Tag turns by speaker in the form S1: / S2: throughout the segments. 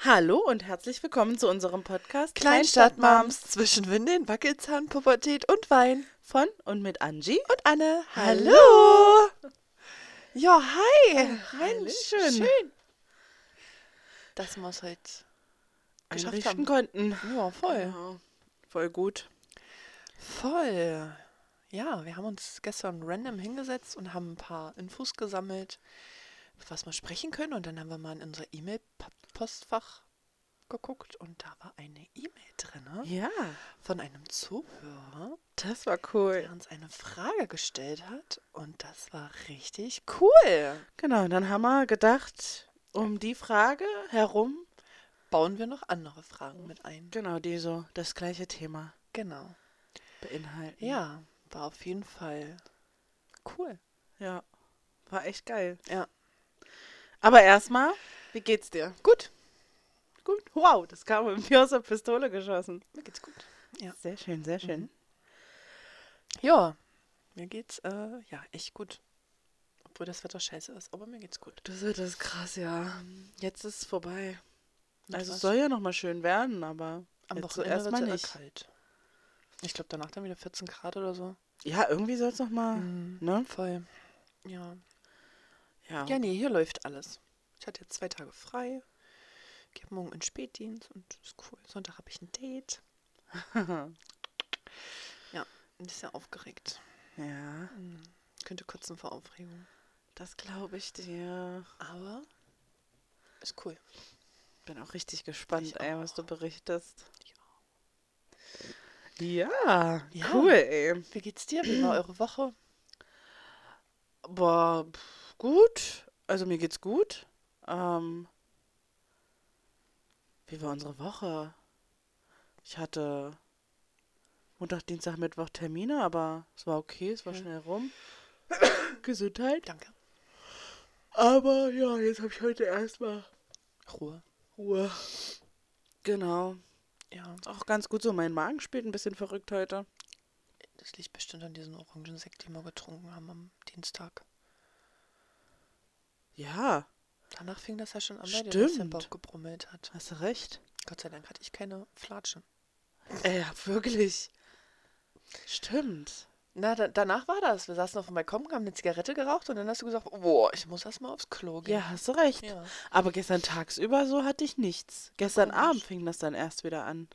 S1: Hallo und herzlich willkommen zu unserem Podcast
S2: Kleinstadtmoms zwischen Windeln, Wackelzahn, Pubertät und Wein.
S1: von und mit Angie.
S2: Und Anne,
S1: Hallo.
S2: hallo. Ja, hi.
S1: hallo,
S2: Mensch,
S1: schön.
S2: schön. Das muss heute geschafft
S1: Einrichten
S2: haben.
S1: konnten.
S2: Ja, voll.
S1: Genau. Voll gut.
S2: Voll. Ja, wir haben uns gestern random hingesetzt und haben ein paar Infos gesammelt, über was wir sprechen können. Und dann haben wir mal in unser E-Mail-Postfach geguckt und da war eine E-Mail drin
S1: Ja,
S2: von einem Zuhörer.
S1: das war cool.
S2: der uns eine Frage gestellt hat und das war richtig cool.
S1: Genau, und dann haben wir gedacht, um die Frage herum,
S2: Bauen wir noch andere Fragen mit ein.
S1: genau, die so das gleiche Thema
S2: Genau.
S1: beinhalten.
S2: Ja, war auf jeden Fall cool.
S1: Ja, war echt geil.
S2: Ja.
S1: Aber erstmal, wie geht's dir?
S2: Gut.
S1: Gut. Wow, das kam irgendwie aus der Pistole geschossen. Mhm.
S2: Mir geht's gut.
S1: Sehr schön, sehr schön.
S2: Ja, mir geht's äh, ja echt gut. Obwohl das Wetter scheiße ist, aber mir geht's gut.
S1: Das wird das krass, ja. Jetzt ist es vorbei.
S2: Und
S1: Also es
S2: was?
S1: soll ja nochmal schön werden, aber
S2: am
S1: jetzt so
S2: Wochenende
S1: erstmal
S2: erstmal
S1: nicht.
S2: nicht kalt. Ich glaube, danach dann wieder 14 Grad oder so.
S1: Ja, irgendwie soll es nochmal,
S2: Mhm.
S1: ne?
S2: Voll. Ja.
S1: Ja.
S2: Ja, nee, hier läuft alles. Ich hatte jetzt zwei Tage frei. Gehe morgen in Spätdienst und ist cool. Sonntag habe ich ein Date. Ja, ein bisschen aufgeregt.
S1: ja,
S2: Mhm. Könnte kotzen vor Aufregung.
S1: das glaube ich dir.
S2: Aber ist cool.
S1: Bin auch richtig gespannt,
S2: Ich
S1: ey, was
S2: auch.
S1: du berichtest. Ja,
S2: Ja.
S1: cool, ey.
S2: Wie geht's dir? Wie war eure Woche?
S1: Boah, pf, gut. Also mir geht's gut. Ähm, wie war unsere Woche? Ich hatte Montag, Dienstag, Mittwoch Termine, aber es war okay, es war
S2: Okay.
S1: schnell rum. Gesundheit.
S2: Danke.
S1: Aber ja, jetzt habe ich heute erstmal
S2: Ruhe.
S1: Ruhe. Genau.
S2: Ja,
S1: Auch ganz gut so. Mein Magen spielt ein bisschen verrückt heute.
S2: das liegt bestimmt an diesem Orangensekt, den wir getrunken haben am Dienstag.
S1: Ja,
S2: Danach fing das ja schon an, bei dir, dass der
S1: Stimmt.
S2: Bauch gebrummelt hat.
S1: hast du recht.
S2: Gott sei Dank hatte ich keine Flatschen.
S1: Ey, Äh, ja, wirklich. Stimmt.
S2: Na, da, danach war das. Wir saßen auf dem Balkon, haben eine Zigarette geraucht und dann hast du gesagt, boah, ich muss erst mal aufs Klo gehen.
S1: Ja, hast du recht.
S2: Ja.
S1: Aber gestern tagsüber so hatte ich nichts. Gestern
S2: Komisch.
S1: Abend fing das dann erst wieder an.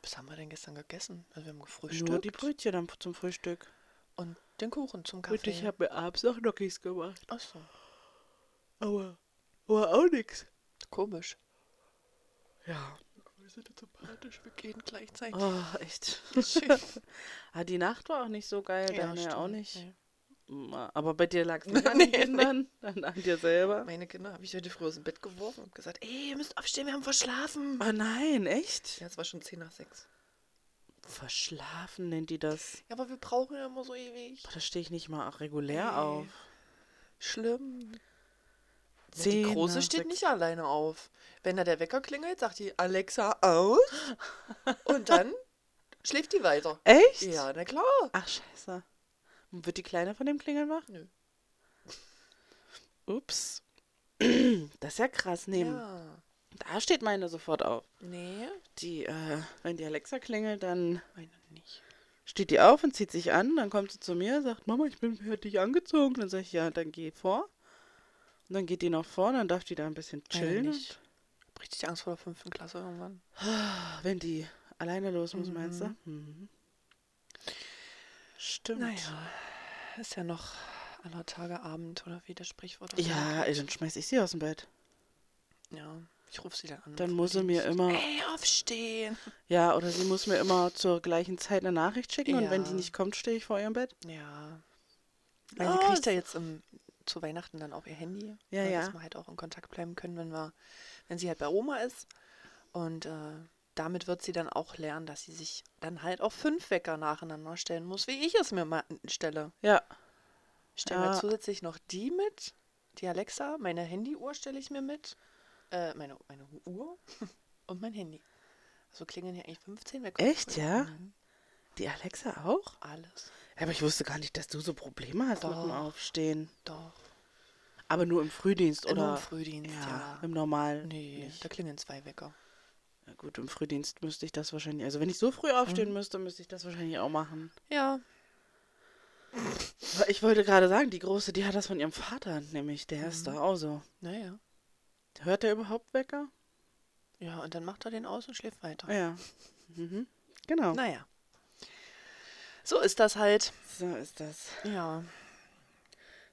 S2: Was haben wir denn gestern gegessen? Also wir haben
S1: Nur
S2: gefrühstückt
S1: die Brötchen dann zum Frühstück.
S2: und den Kuchen zum Kaffee.
S1: Und ich habe mir abends noch Nockies gemacht.
S2: Ach so,
S1: Aber war auch nichts.
S2: komisch.
S1: Ja.
S2: Wir sind jetzt sympathisch, wir gehen gleichzeitig.
S1: Oh, echt.
S2: Schön.
S1: Ah, die Nacht war auch nicht so geil, deine ja auch
S2: stimmt.
S1: nicht.
S2: Nee.
S1: Aber bei dir lag es nicht an den
S2: Nee,
S1: Kindern, dann an dir selber.
S2: Meine Kinder habe ich heute früh aus dem Bett geworfen und gesagt, ey, ihr müsst aufstehen, wir haben verschlafen.
S1: Oh nein, echt?
S2: Ja, es war schon 10 nach 6.
S1: Verschlafen nennt die das.
S2: Ja, aber wir brauchen ja immer so ewig.
S1: Boah, da stehe ich nicht mal regulär
S2: Nee.
S1: auf.
S2: Schlimm. die
S1: Zehn
S2: Große
S1: nach
S2: steht
S1: sechs.
S2: nicht alleine auf. Wenn da der Wecker klingelt, sagt die Alexa aus und dann schläft die weiter.
S1: Echt?
S2: Ja, na klar.
S1: Ach, scheiße. Und Wird die Kleine von dem Klingeln wach?
S2: Nö.
S1: Ups. Das ist ja krass. Nee,
S2: Ja.
S1: da steht meine sofort auf.
S2: Nee,
S1: Die, äh, wenn die Alexa klingelt, dann
S2: meine nicht.
S1: steht die auf und zieht sich an. Dann kommt sie zu mir, sagt, Mama, ich bin fertig angezogen. Dann sage ich, ja, dann geh vor. Und dann geht die noch vor, dann darf die da ein bisschen chillen.
S2: Meine
S1: und-
S2: äh, nicht. Ich hab richtig Angst vor der fünften Klasse irgendwann.
S1: Ah, Wenn die alleine los muss, meinst du? Mhm. Stimmt.
S2: Naja, ist ja noch aller Tage Abend oder wie das Sprichwort auch
S1: Ja, ey, dann schmeiß ich sie aus dem Bett.
S2: sagt. Ja, ich rufe sie dann an.
S1: Dann muss sie mir immer
S2: Ey, aufstehen!
S1: Ja, oder sie muss mir immer zur gleichen Zeit eine Nachricht schicken und wenn die
S2: Ja.
S1: nicht kommt, stehe ich vor ihrem Bett.
S2: Ja. Weil sie
S1: Los!
S2: kriegt ja jetzt im, zu Weihnachten dann auch ihr Handy.
S1: Ja,
S2: weil
S1: ja.
S2: Dass wir halt auch in Kontakt bleiben können, wenn, wir, wenn sie halt bei Oma ist. Und äh, damit wird sie dann auch lernen, dass sie sich dann halt auch fünf Wecker nacheinander stellen muss, wie ich es mir mal stelle.
S1: Ja,
S2: Stellen
S1: Ja.
S2: wir zusätzlich noch die mit, die Alexa, meine Handyuhr stelle ich mir mit, äh, meine, meine Uhr und mein Handy. Also klingeln ja eigentlich 15 Wecker.
S1: Echt, ja?
S2: Mhm.
S1: die Alexa auch?
S2: Alles.
S1: Ja, aber ich wusste gar nicht, dass du so Probleme hast mit dem
S2: Doch.
S1: Aufstehen.
S2: Doch.
S1: Aber nur im Frühdienst,
S2: Nur
S1: oder?
S2: im Frühdienst, ja.
S1: Im normalen.
S2: Nee,
S1: nicht.
S2: da klingeln zwei Wecker.
S1: Na gut, im Frühdienst müsste ich das wahrscheinlich. Also, wenn ich so früh
S2: Mhm.
S1: aufstehen müsste, müsste ich das wahrscheinlich auch machen.
S2: Ja,
S1: Aber Ich wollte gerade sagen, die Große, die hat das von ihrem Vater, nämlich der ist
S2: Mhm.
S1: da auch so.
S2: naja.
S1: Hört der überhaupt Wecker?
S2: Ja, und dann macht er den aus und schläft weiter.
S1: Ja. Mhm. Genau.
S2: Naja. So ist das halt.
S1: So ist das.
S2: Ja.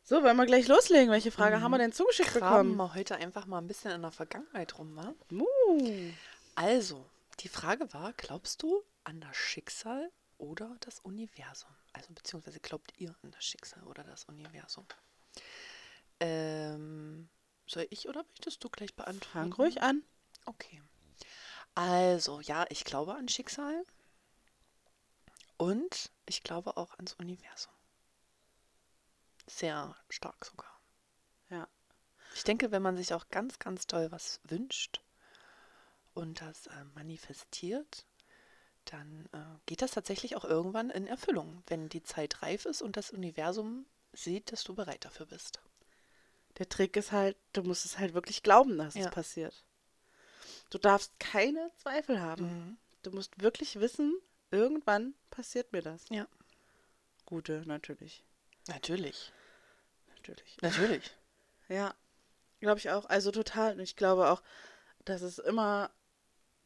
S1: So, wollen wir gleich loslegen. Welche
S2: Mhm.
S1: Frage haben wir denn zugeschickt
S2: Graben
S1: bekommen?
S2: wir heute einfach mal ein bisschen in der Vergangenheit rum, wa?
S1: Muh.
S2: Also, die Frage war, glaubst du an das Schicksal oder das Universum? Also, beziehungsweise glaubt ihr an das Schicksal oder das Universum? Ähm, soll ich oder möchtest du gleich beantworten?
S1: Fang ruhig an.
S2: Okay. Also, ja, ich glaube an Schicksal und ich glaube auch ans Universum. Sehr stark sogar.
S1: Ja.
S2: Ich denke, wenn man sich auch ganz, ganz toll was wünscht und das äh, manifestiert, dann äh, geht das tatsächlich auch irgendwann in Erfüllung, wenn die Zeit reif ist und das Universum sieht, dass du bereit dafür bist.
S1: Der Trick ist halt, du musst es halt wirklich glauben, dass
S2: Ja.
S1: es passiert. Du darfst keine Zweifel
S2: Mhm.
S1: haben. Du musst wirklich wissen, irgendwann passiert mir das.
S2: Ja.
S1: Gute, natürlich.
S2: Natürlich.
S1: Natürlich.
S2: Natürlich.
S1: Ja, glaube ich auch. Also total. Und ich glaube auch, dass es immer,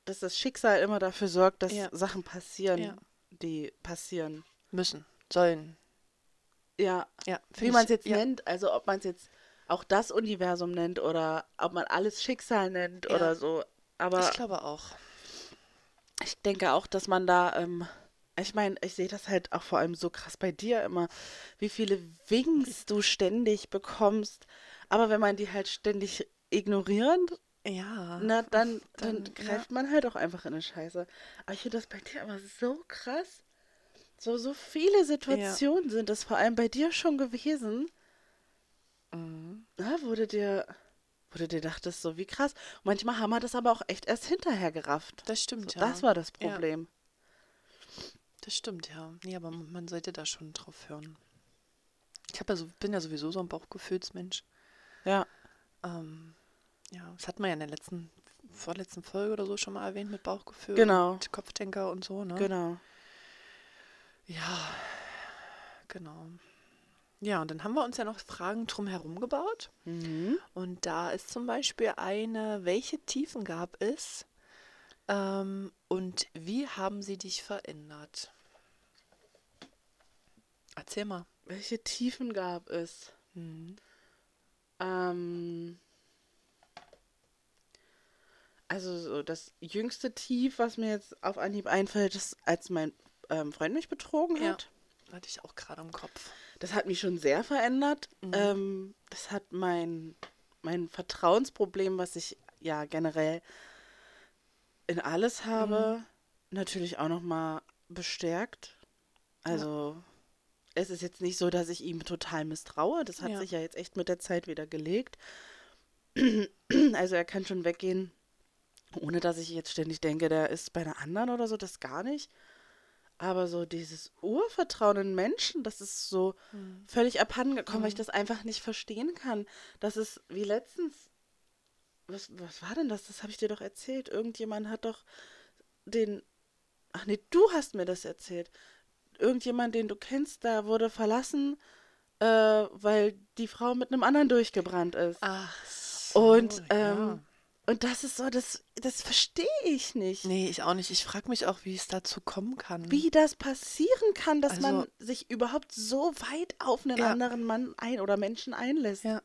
S1: dass das Schicksal immer dafür sorgt, dass
S2: Ja.
S1: Sachen passieren,
S2: Ja.
S1: die passieren.
S2: Müssen, sollen.
S1: Ja,
S2: Ja,
S1: wie
S2: find
S1: man
S2: ich-
S1: es jetzt
S2: ja.
S1: nennt, also ob man es jetzt auch das Universum nennt oder ob man alles Schicksal nennt
S2: Ja.
S1: oder so. Aber
S2: Ich glaube auch.
S1: ich denke auch, dass man da, ähm, ich meine, ich sehe das halt auch vor allem so krass bei dir immer, wie viele Wings du ständig bekommst. Aber wenn man die halt ständig ignoriert,
S2: Ja.
S1: na dann, dann,
S2: Dann,
S1: greift man halt auch einfach in eine Scheiße. Aber ich finde das bei dir immer so krass. So, so viele Situationen sind es vor allem bei dir schon gewesen,
S2: Mhm.
S1: na, wo du dir, wo du dir dachtest, so wie krass. Manchmal haben wir das aber auch echt erst hinterher gerafft.
S2: Das stimmt,
S1: So,
S2: ja.
S1: Das war das
S2: Ja.
S1: Problem.
S2: Das stimmt, ja. Nee, aber man sollte da schon drauf hören. Ich hab ja so, bin ja sowieso so ein Bauchgefühlsmensch.
S1: Ja.
S2: Ähm, ja, das hatten wir ja in der letzten, vorletzten Folge oder so schon mal erwähnt mit Bauchgefühl
S1: Genau.
S2: und Kopfdenker und so, ne?
S1: Genau.
S2: Ja, genau. Ja, und dann haben wir uns ja noch Fragen drumherum gebaut. Und da ist zum Beispiel eine, welche Tiefen gab es ähm, und wie haben sie dich verändert? Erzähl mal.
S1: Welche Tiefen gab es? Mhm. Ähm, also so das jüngste Tief, was mir jetzt auf Anhieb einfällt, ist, als mein ähm, Freund mich betrogen
S2: Ja.
S1: hat.
S2: Hatte ich auch gerade im Kopf.
S1: Das hat mich schon sehr verändert. Ähm, das hat mein, mein Vertrauensproblem, was ich ja generell in alles habe, natürlich auch nochmal bestärkt. Also es ist jetzt nicht so, dass ich ihm total misstraue. Das hat
S2: Ja.
S1: sich ja jetzt echt mit der Zeit wieder gelegt. Also er kann schon weggehen, ohne dass ich jetzt ständig denke, der ist bei einer anderen oder so, das gar nicht. Aber so dieses Urvertrauen in Menschen, das ist so völlig abhandengekommen, weil ich das einfach nicht verstehen kann. Das ist wie letztens, was, was war denn das? Das habe ich dir doch erzählt. Irgendjemand hat doch den, ach nee, du hast mir das erzählt. Irgendjemand, den du kennst, da wurde verlassen, äh, weil die Frau mit einem anderen durchgebrannt ist.
S2: Ach so,
S1: Und, ähm,
S2: ja.
S1: und das ist so, das, das verstehe ich nicht.
S2: Nee, ich auch nicht. Ich frage mich auch, wie es dazu kommen kann.
S1: Wie das passieren kann, dass man
S2: Also-
S1: sich überhaupt so weit auf einen
S2: Ja.
S1: anderen Mann ein oder Menschen einlässt.
S2: Ja,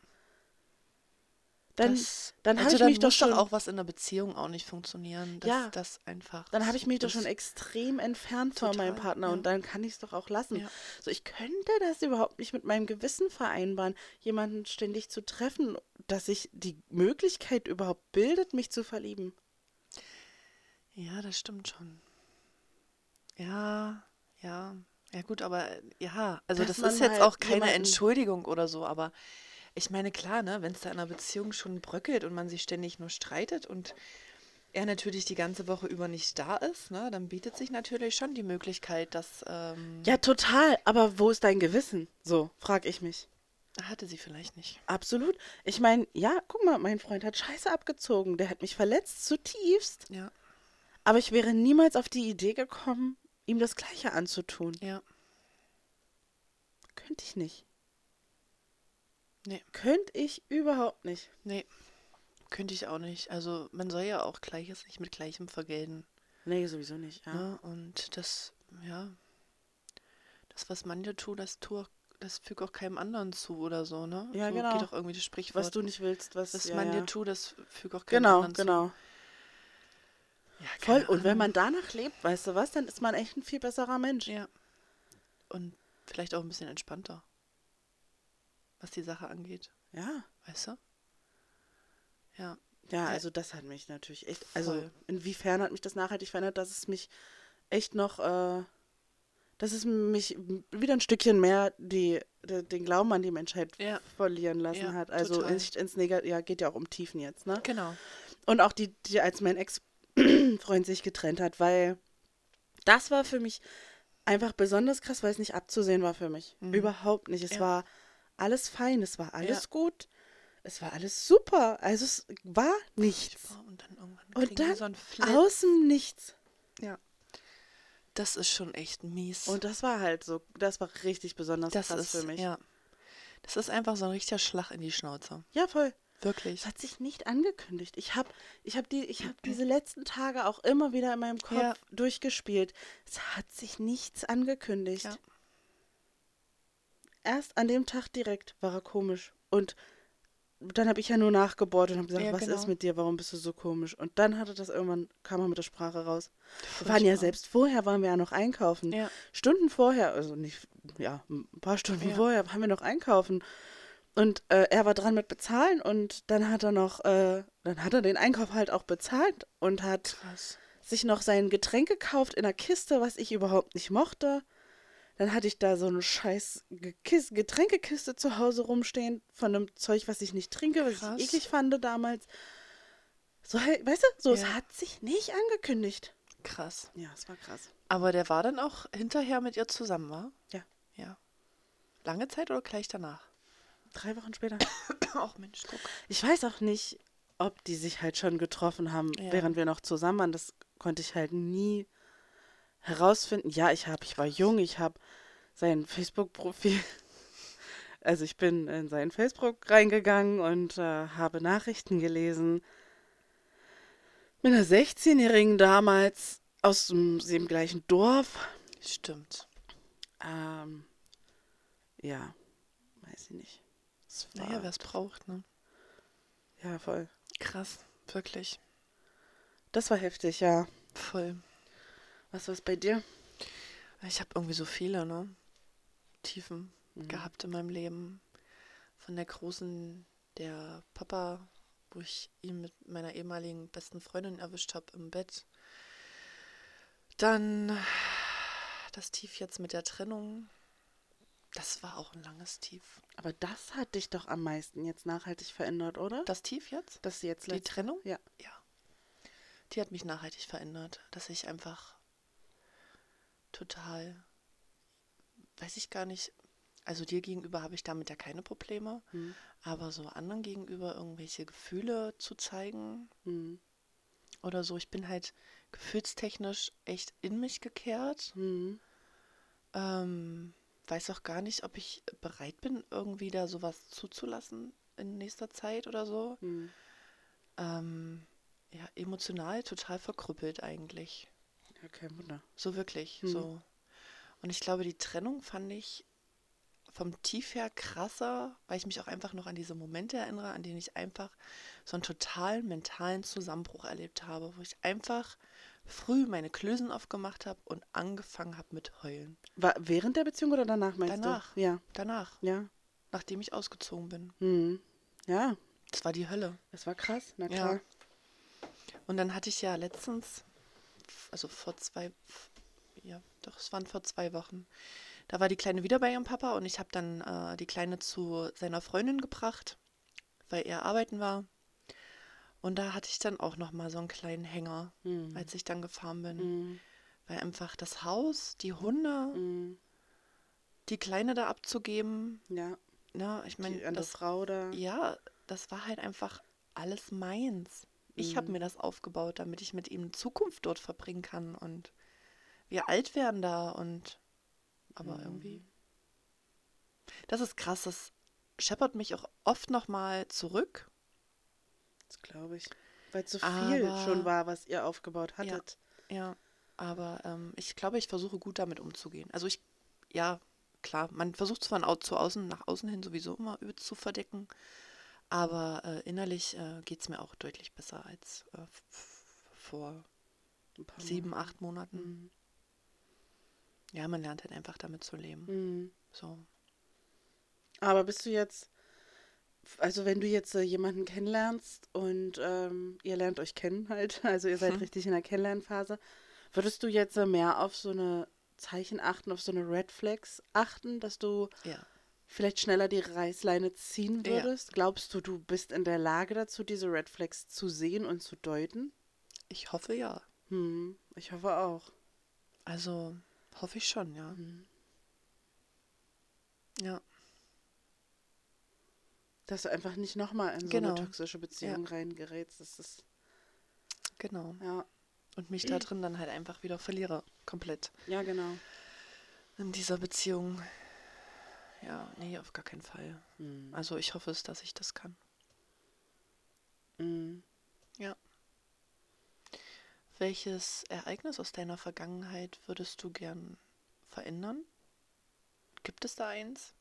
S1: dann
S2: das-
S1: dann habe
S2: also
S1: ich mich doch
S2: muss
S1: schon,
S2: doch auch was in der Beziehung auch nicht funktionieren. Dass
S1: Ja.
S2: das einfach.
S1: dann habe ich mich doch
S2: so
S1: schon
S2: ist.
S1: extrem entfernt von
S2: Total,
S1: meinem Partner
S2: ja.
S1: und dann kann ich es doch auch lassen.
S2: Ja.
S1: So, ich könnte das überhaupt nicht mit meinem Gewissen vereinbaren, jemanden ständig zu treffen, dass sich die Möglichkeit überhaupt bildet, mich zu verlieben.
S2: Ja, das stimmt schon. Ja, ja. Ja, gut, aber äh, ja, also
S1: Dass
S2: das ist
S1: man
S2: jetzt
S1: halt
S2: auch keine
S1: jemanden-
S2: Entschuldigung oder so, aber ich meine, klar, ne, wenn es da in einer Beziehung schon bröckelt und man sich ständig nur streitet und er natürlich die ganze Woche über nicht da ist, ne, dann bietet sich natürlich schon die Möglichkeit, dass, ähm,
S1: Ja, total. Aber wo ist dein Gewissen? So, frag ich mich.
S2: Hatte sie vielleicht nicht.
S1: Absolut. Ich meine, ja, guck mal, mein Freund hat Scheiße abgezogen. Der hat mich verletzt zutiefst.
S2: Ja,
S1: Aber ich wäre niemals auf die Idee gekommen, ihm das Gleiche anzutun.
S2: ja.
S1: Könnte ich nicht.
S2: Nee.
S1: Könnte ich überhaupt nicht.
S2: Nee, könnte ich auch nicht. Also man soll ja auch Gleiches nicht mit Gleichem vergelten.
S1: Nee, sowieso nicht. Ja.
S2: Ne? Und das, ja, das, was manche tun, das tue auch, das fügt auch keinem anderen zu oder so, ne?
S1: Ja,
S2: so
S1: genau.
S2: geht auch irgendwie das Sprichwort.
S1: Was du nicht willst, was.
S2: was
S1: ja,
S2: man
S1: ja.
S2: dir tut, das fügt auch keinem
S1: Genau,
S2: anderen
S1: genau.
S2: zu. Ja,
S1: Voll.
S2: keine
S1: Und wenn
S2: Ahnung.
S1: man danach lebt, weißt du was, dann ist man echt ein viel besserer Mensch.
S2: Ja. Und vielleicht auch ein bisschen entspannter, was die Sache angeht,
S1: Ja.
S2: weißt du? Ja,
S1: Ja,
S2: Ja.
S1: also das hat mich natürlich echt, also
S2: Voll.
S1: inwiefern hat mich das nachhaltig verändert, dass es mich echt noch, äh, dass es mich m- wieder ein Stückchen mehr die, de- den Glauben an die Menschheit
S2: Ja.
S1: verlieren lassen
S2: Ja,
S1: hat. Also
S2: total.
S1: nicht ins Negative, ja, geht ja auch um Tiefen jetzt, ne?
S2: genau.
S1: Und auch die, die als mein Ex-Freund sich getrennt hat, weil das war für mich einfach besonders krass, weil es nicht abzusehen war für mich.
S2: Mhm.
S1: Überhaupt nicht. Es
S2: Ja.
S1: war alles fein, es war alles gut, es war alles super. Also es war nichts.
S2: Und dann irgendwann
S1: Und
S2: kriegen die
S1: dann
S2: so einen Flat.
S1: Außen nichts.
S2: Ja. Das ist schon echt mies.
S1: Und das war halt so, das war richtig besonders
S2: das
S1: krass
S2: ist
S1: für mich. Ja.
S2: Ja. Das ist einfach so ein richtiger Schlag in die Schnauze.
S1: voll.
S2: Wirklich.
S1: Es hat sich nicht angekündigt. Ich habe ich hab die, ich hab diese letzten Tage auch immer wieder in meinem Kopf
S2: Ja.
S1: durchgespielt. Es hat sich nichts angekündigt.
S2: Ja.
S1: Erst an dem Tag direkt war er komisch. Und dann habe ich ja nur nachgebohrt und habe gesagt,
S2: Ja,
S1: was
S2: genau.
S1: ist mit dir, warum bist du so komisch? Und dann hatte das irgendwann, kam er mit der Sprache raus. Wir waren ja selbst vorher, waren wir ja noch einkaufen.
S2: Ja.
S1: Stunden vorher, also nicht, ja, ein paar Stunden
S2: Ja.
S1: vorher waren wir noch einkaufen. Und äh, er war dran mit bezahlen und dann hat er noch, äh, dann hat er den Einkauf halt auch bezahlt und hat
S2: Krass.
S1: sich noch sein Getränk gekauft in einer Kiste, was ich überhaupt nicht mochte. Dann hatte ich da so eine scheiß Gekis Getränkekiste zu Hause rumstehen von einem Zeug, was ich nicht trinke, was
S2: Krass.
S1: ich eklig fand damals. So, halt, weißt du, so, es
S2: Ja.
S1: hat sich nicht angekündigt.
S2: Krass.
S1: Ja, es war krass.
S2: Aber der war dann auch hinterher mit ihr zusammen, war?
S1: Ja.
S2: Ja. Lange Zeit oder gleich danach?
S1: Drei Wochen später.
S2: Ach Mensch, guck.
S1: Ich weiß auch nicht, ob die sich halt schon getroffen haben,
S2: Ja.
S1: während wir noch zusammen waren. Das konnte ich halt nie herausfinden. Ja, ich habe, ich war jung, ich habe sein Facebook-Profil. Also ich bin in sein Facebook reingegangen und äh, habe Nachrichten gelesen. Mit einer 16-Jährigen damals aus dem, dem gleichen Dorf.
S2: Stimmt.
S1: Ähm, ja, weiß ich nicht. Es war,
S2: Naja, wer es braucht, ne?
S1: ja, voll.
S2: Krass. Wirklich.
S1: Das war heftig, ja.
S2: Voll.
S1: Was war es bei dir?
S2: Ich habe irgendwie so viele, ne? Tiefen gehabt in meinem Leben. Von der großen, der Papa, wo ich ihn mit meiner ehemaligen besten Freundin erwischt habe im Bett. Dann das Tief jetzt mit der Trennung. Das war auch ein langes Tief.
S1: Aber das hat dich doch am meisten jetzt nachhaltig verändert, oder?
S2: Das Tief jetzt?
S1: Dass sie jetzt
S2: Die
S1: letzt-
S2: Trennung?
S1: Ja.
S2: Ja. Die hat mich nachhaltig verändert, dass ich einfach total, weiß ich gar nicht, also dir gegenüber habe ich damit ja keine Probleme,
S1: Hm.
S2: aber so anderen gegenüber irgendwelche Gefühle zu zeigen
S1: Hm.
S2: oder so, ich bin halt gefühlstechnisch echt in mich gekehrt.
S1: Hm.
S2: Ähm, weiß auch gar nicht, ob ich bereit bin, irgendwie da sowas zuzulassen in nächster Zeit oder so.
S1: Hm.
S2: Ähm, ja, emotional total verkrüppelt eigentlich.
S1: Ja, kein Wunder.
S2: So wirklich,
S1: Hm.
S2: so. Und ich glaube, die Trennung fand ich vom Tief her krasser, weil ich mich auch einfach noch an diese Momente erinnere, an denen ich einfach so einen totalen mentalen Zusammenbruch erlebt habe, wo ich einfach früh meine Klösen aufgemacht habe und angefangen habe mit Heulen.
S1: War während der Beziehung oder danach meinst
S2: Danach.
S1: du? Ja,
S2: Danach,
S1: ja.
S2: nachdem ich ausgezogen bin.
S1: Hm. Ja,
S2: Das war die Hölle.
S1: das war krass, na
S2: Ja.
S1: klar.
S2: Und dann hatte ich ja letztens, also vor zwei, ja, doch, es waren vor zwei Wochen, da war die Kleine wieder bei ihrem Papa und ich habe dann äh, die Kleine zu seiner Freundin gebracht, weil er arbeiten war. Und da hatte ich dann auch nochmal so einen kleinen Hänger,
S1: Hm.
S2: als ich dann gefahren bin.
S1: Hm.
S2: Weil einfach das Haus, die Hunde,
S1: Hm.
S2: die Kleine da abzugeben,
S1: Ja,
S2: ne, ich
S1: Die
S2: meine,
S1: andere
S2: das,
S1: Frau da.
S2: ja, das war halt einfach alles meins. Ich habe
S1: Mhm.
S2: mir das aufgebaut, damit ich mit ihm eine Zukunft dort verbringen kann und wir alt werden da und aber irgendwie. Das ist krass, das scheppert mich auch oft nochmal zurück.
S1: Das glaube ich. Weil zu viel
S2: Aber-
S1: schon war, was ihr aufgebaut hattet.
S2: Ja, aber ähm, ich glaube, ich versuche gut damit umzugehen. Also ich, ja, klar, man versucht zwar au- zu außen, nach außen hin sowieso immer übel zu verdecken, aber äh, innerlich äh, geht es mir auch deutlich besser als äh, f- f- vor
S1: Ein paar Mal.
S2: sieben, acht Monaten.
S1: Mhm.
S2: Ja, man lernt halt einfach damit zu leben.
S1: Mhm.
S2: So.
S1: Aber bist du jetzt, also wenn du jetzt äh, jemanden kennenlernst und ähm, ihr lernt euch kennen halt, also ihr seid
S2: Hm.
S1: richtig in der Kennenlernphase, würdest du jetzt äh, mehr auf so eine Zeichen achten, auf so eine Red Flags achten, dass du
S2: Ja.
S1: vielleicht schneller die Reißleine ziehen
S2: Ja.
S1: würdest? Glaubst du, du bist in der Lage dazu, diese Red Flags zu sehen und zu deuten?
S2: Ich hoffe ja.
S1: Hm, ich hoffe auch.
S2: Also hoffe ich schon, ja.
S1: Mhm.
S2: Ja.
S1: Dass du einfach nicht nochmal in so
S2: Genau.
S1: eine toxische Beziehung reingerätst. Das ist,
S2: Genau.
S1: ja,
S2: Und mich da drin dann halt einfach wieder verliere. Komplett.
S1: ja, genau.
S2: In dieser Beziehung. Ja, nee, auf gar keinen Fall.
S1: Hm.
S2: Also ich hoffe es, dass ich das kann.
S1: Mhm.
S2: Welches Ereignis aus deiner Vergangenheit würdest du gern verändern? Gibt es da eins?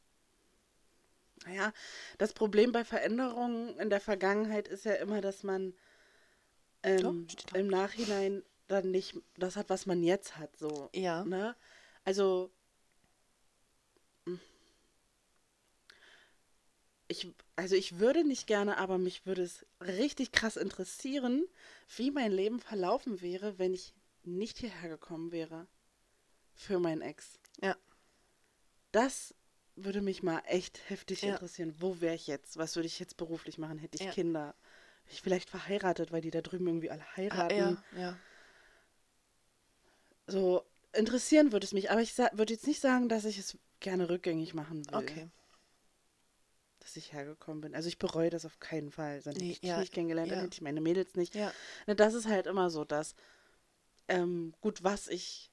S1: Naja, das Problem bei Veränderungen in der Vergangenheit ist ja immer, dass man ähm,
S2: Doch, steht da.
S1: im Nachhinein dann nicht das hat, was man jetzt hat, so.
S2: Ja.
S1: Ne? Also mh. ich, also ich würde nicht gerne, aber mich würde es richtig krass interessieren, wie mein Leben verlaufen wäre, wenn ich nicht hierher gekommen wäre für meinen Ex.
S2: Ja.
S1: Das würde mich mal echt heftig
S2: Ja.
S1: interessieren. Wo wäre ich jetzt? Was würde ich jetzt beruflich machen? Hätte ich
S2: Ja.
S1: Kinder? Wäre Ich vielleicht verheiratet, weil die da drüben irgendwie alle
S2: Ah,
S1: heiraten.
S2: ja, ja.
S1: So interessieren würde es mich, aber ich sa- würde jetzt nicht sagen, dass ich es gerne rückgängig machen will,
S2: Okay.
S1: dass ich hergekommen bin. Also ich bereue das auf keinen Fall. Dann hätte
S2: Nee,
S1: ich dich
S2: ja,
S1: nicht kennengelernt,
S2: ja.
S1: dann hätte ich meine Mädels nicht.
S2: Ja.
S1: Ne, das ist halt immer so, dass ähm, gut, was ich,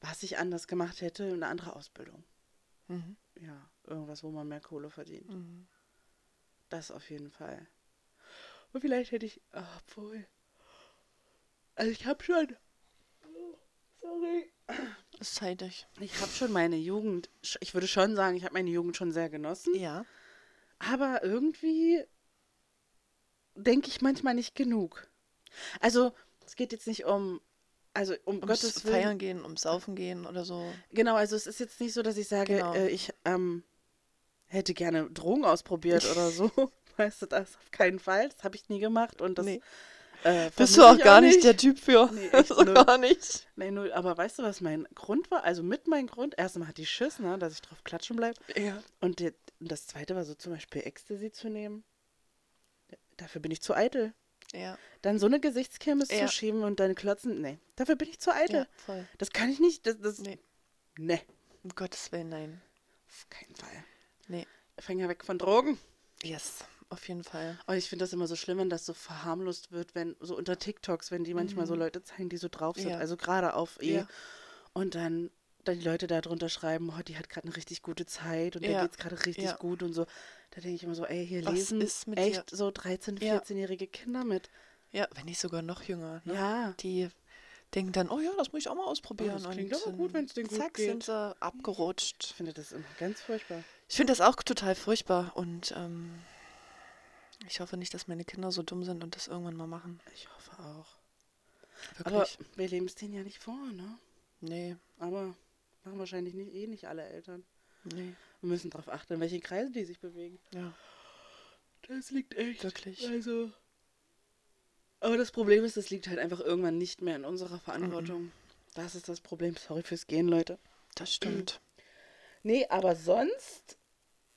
S1: was ich anders gemacht hätte, eine andere Ausbildung.
S2: Mhm.
S1: Ja, irgendwas, wo man mehr Kohle verdient.
S2: Mhm.
S1: Das auf jeden Fall. Und vielleicht hätte ich. ah, Obwohl. Also ich habe schon. oh, Sorry.
S2: Ist zeitig.
S1: Ich habe schon meine Jugend. sch- Ich würde schon sagen, ich habe meine Jugend schon sehr genossen.
S2: Ja.
S1: Aber irgendwie denke ich manchmal nicht genug. Also, es geht jetzt nicht um. Also, um,
S2: Ums
S1: Gottes Willen.
S2: Feiern gehen, ums Saufen gehen oder so.
S1: Genau, also es ist jetzt nicht so, dass ich sage,
S2: Genau.
S1: äh, ich ähm, hätte gerne Drogen ausprobiert oder so. Weißt du, das auf keinen Fall. Das habe ich nie gemacht und das.
S2: Nee.
S1: Äh,
S2: Bist du
S1: vermisse
S2: auch
S1: ich
S2: gar nicht der Typ für.
S1: Nee, echt,
S2: so
S1: null.
S2: gar nicht.
S1: Nee, null. Aber weißt du, was mein Grund war? Also mit mein Grund, erstmal hatte ich Schiss, ne, dass ich drauf klatschen bleibe.
S2: Ja.
S1: Und der, und das zweite war so zum Beispiel Ecstasy zu nehmen. Dafür bin ich zu eitel.
S2: Ja.
S1: Dann so eine Gesichtskirmes
S2: Ja.
S1: zu schieben und dann klotzen. Nee, dafür bin ich zu eitel.
S2: ja voll.
S1: Das kann ich nicht. Das, das, nee.
S2: Nee. Um Gottes Willen, nein.
S1: auf keinen Fall.
S2: Nee.
S1: Fänger weg von Drogen.
S2: Yes, auf jeden Fall.
S1: Und Oh, ich finde das immer so schlimm, wenn das so verharmlost wird, wenn so unter TikToks, wenn die manchmal so Leute zeigen, die so drauf sind,
S2: Mhm. Ja.
S1: also gerade auf E.
S2: Ja.
S1: Und dann, dann die Leute da drunter schreiben, oh, die hat gerade eine richtig gute Zeit und der
S2: Ja.
S1: geht's gerade richtig
S2: Ja.
S1: gut und so. Da denke ich immer so, ey, hier
S2: Was
S1: lesen
S2: ist mit
S1: echt so 13,
S2: Ja.
S1: 14-jährige Kinder mit.
S2: Ja, wenn nicht sogar noch jünger. Ne?
S1: Ja. Oh,
S2: Die denken dann, oh ja, das muss ich auch mal ausprobieren.
S1: das klingt
S2: und ähm,
S1: aber gut, wenn's denen gut
S2: Zack, sind
S1: geht.
S2: sie abgerutscht.
S1: Ich finde das immer ganz furchtbar.
S2: Ich finde das auch total furchtbar und ähm, ich hoffe nicht, dass meine Kinder so dumm sind und das irgendwann mal machen.
S1: Ich hoffe auch.
S2: Wirklich.
S1: Aber wir leben es denen ja nicht vor, ne?
S2: nee,
S1: Aber machen wahrscheinlich nicht, eh nicht alle Eltern.
S2: nee,
S1: Wir müssen darauf achten, in welche Kreise die sich bewegen.
S2: ja.
S1: Das liegt echt.
S2: Wirklich.
S1: Also. Aber das Problem ist, es liegt halt einfach irgendwann nicht mehr in unserer Verantwortung. Das ist das Problem. Sorry fürs Gehen, Leute.
S2: Das stimmt.
S1: Nee, aber sonst.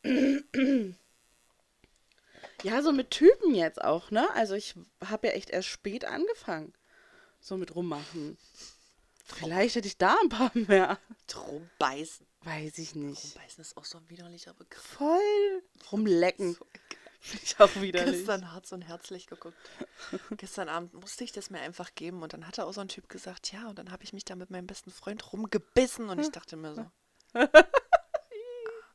S1: ja, so mit Typen jetzt auch, ne? Also ich habe ja echt erst spät angefangen. So mit rummachen. Vielleicht hätte ich da ein paar mehr.
S2: Trumbeißen.
S1: Weiß ich nicht.
S2: Trumbeißen ist auch so ein widerlicher Begriff.
S1: Voll rumlecken.
S2: So
S1: Finde ich auch widerlich.
S2: Gestern hart und herzlich geguckt. Gestern Abend musste ich das mir einfach geben und dann hatte auch so ein Typ gesagt, ja, und dann habe ich mich da mit meinem besten Freund rumgebissen und ich dachte mir so.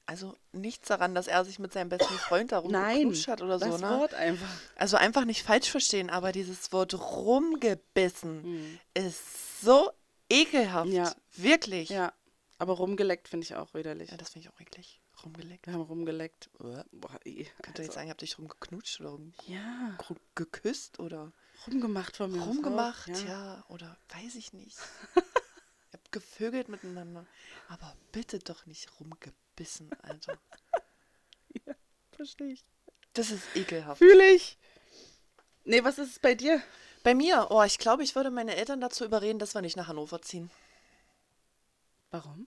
S2: Also nichts daran, dass er sich mit seinem besten Freund darum
S1: Nein,
S2: geknutscht hat oder so,
S1: das
S2: ne?
S1: Wort einfach.
S2: Also einfach nicht falsch verstehen, aber dieses Wort rumgebissen
S1: Hm.
S2: ist so ekelhaft.
S1: Ja.
S2: Wirklich.
S1: Ja, aber rumgeleckt finde ich auch widerlich.
S2: Ja, das finde ich auch eklig. Rumgeleckt.
S1: Wir haben rumgeleckt.
S2: Uah.
S1: Boah, ey. also,
S2: Könnt ihr nicht sagen, ihr habt dich rumgeknutscht oder rum,
S1: Ja,
S2: gru- geküsst oder
S1: rumgemacht von mir. aus auch,
S2: rumgemacht, ja. oder weiß ich nicht. ihr habt gevögelt miteinander. Aber bitte doch nicht rumgebissen, Alter.
S1: Verstehe ich.
S2: Das ist ekelhaft.
S1: Fühle ich. Nee, was ist es bei dir?
S2: Bei mir, oh, ich glaube, ich würde meine Eltern dazu überreden, dass wir nicht nach Hannover ziehen.
S1: Warum?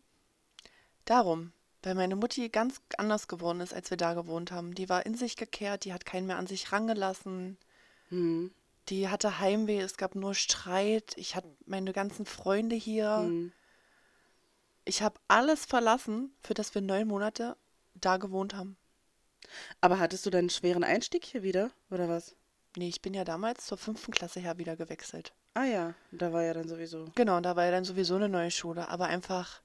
S2: Darum, weil meine Mutti ganz anders geworden ist, als wir da gewohnt haben. Die war in sich gekehrt, die hat keinen mehr an sich rangelassen.
S1: Hm.
S2: Die hatte Heimweh, es gab nur Streit. Ich hatte meine ganzen Freunde hier.
S1: Hm.
S2: Ich habe alles verlassen, für das wir neun Monate da gewohnt haben.
S1: Aber hattest du deinen schweren Einstieg hier wieder, oder was?
S2: Nee, ich bin ja damals zur fünften Klasse her wieder gewechselt.
S1: Ah ja, da war ja dann sowieso.
S2: Genau, und da war ja dann sowieso eine neue Schule. Aber einfach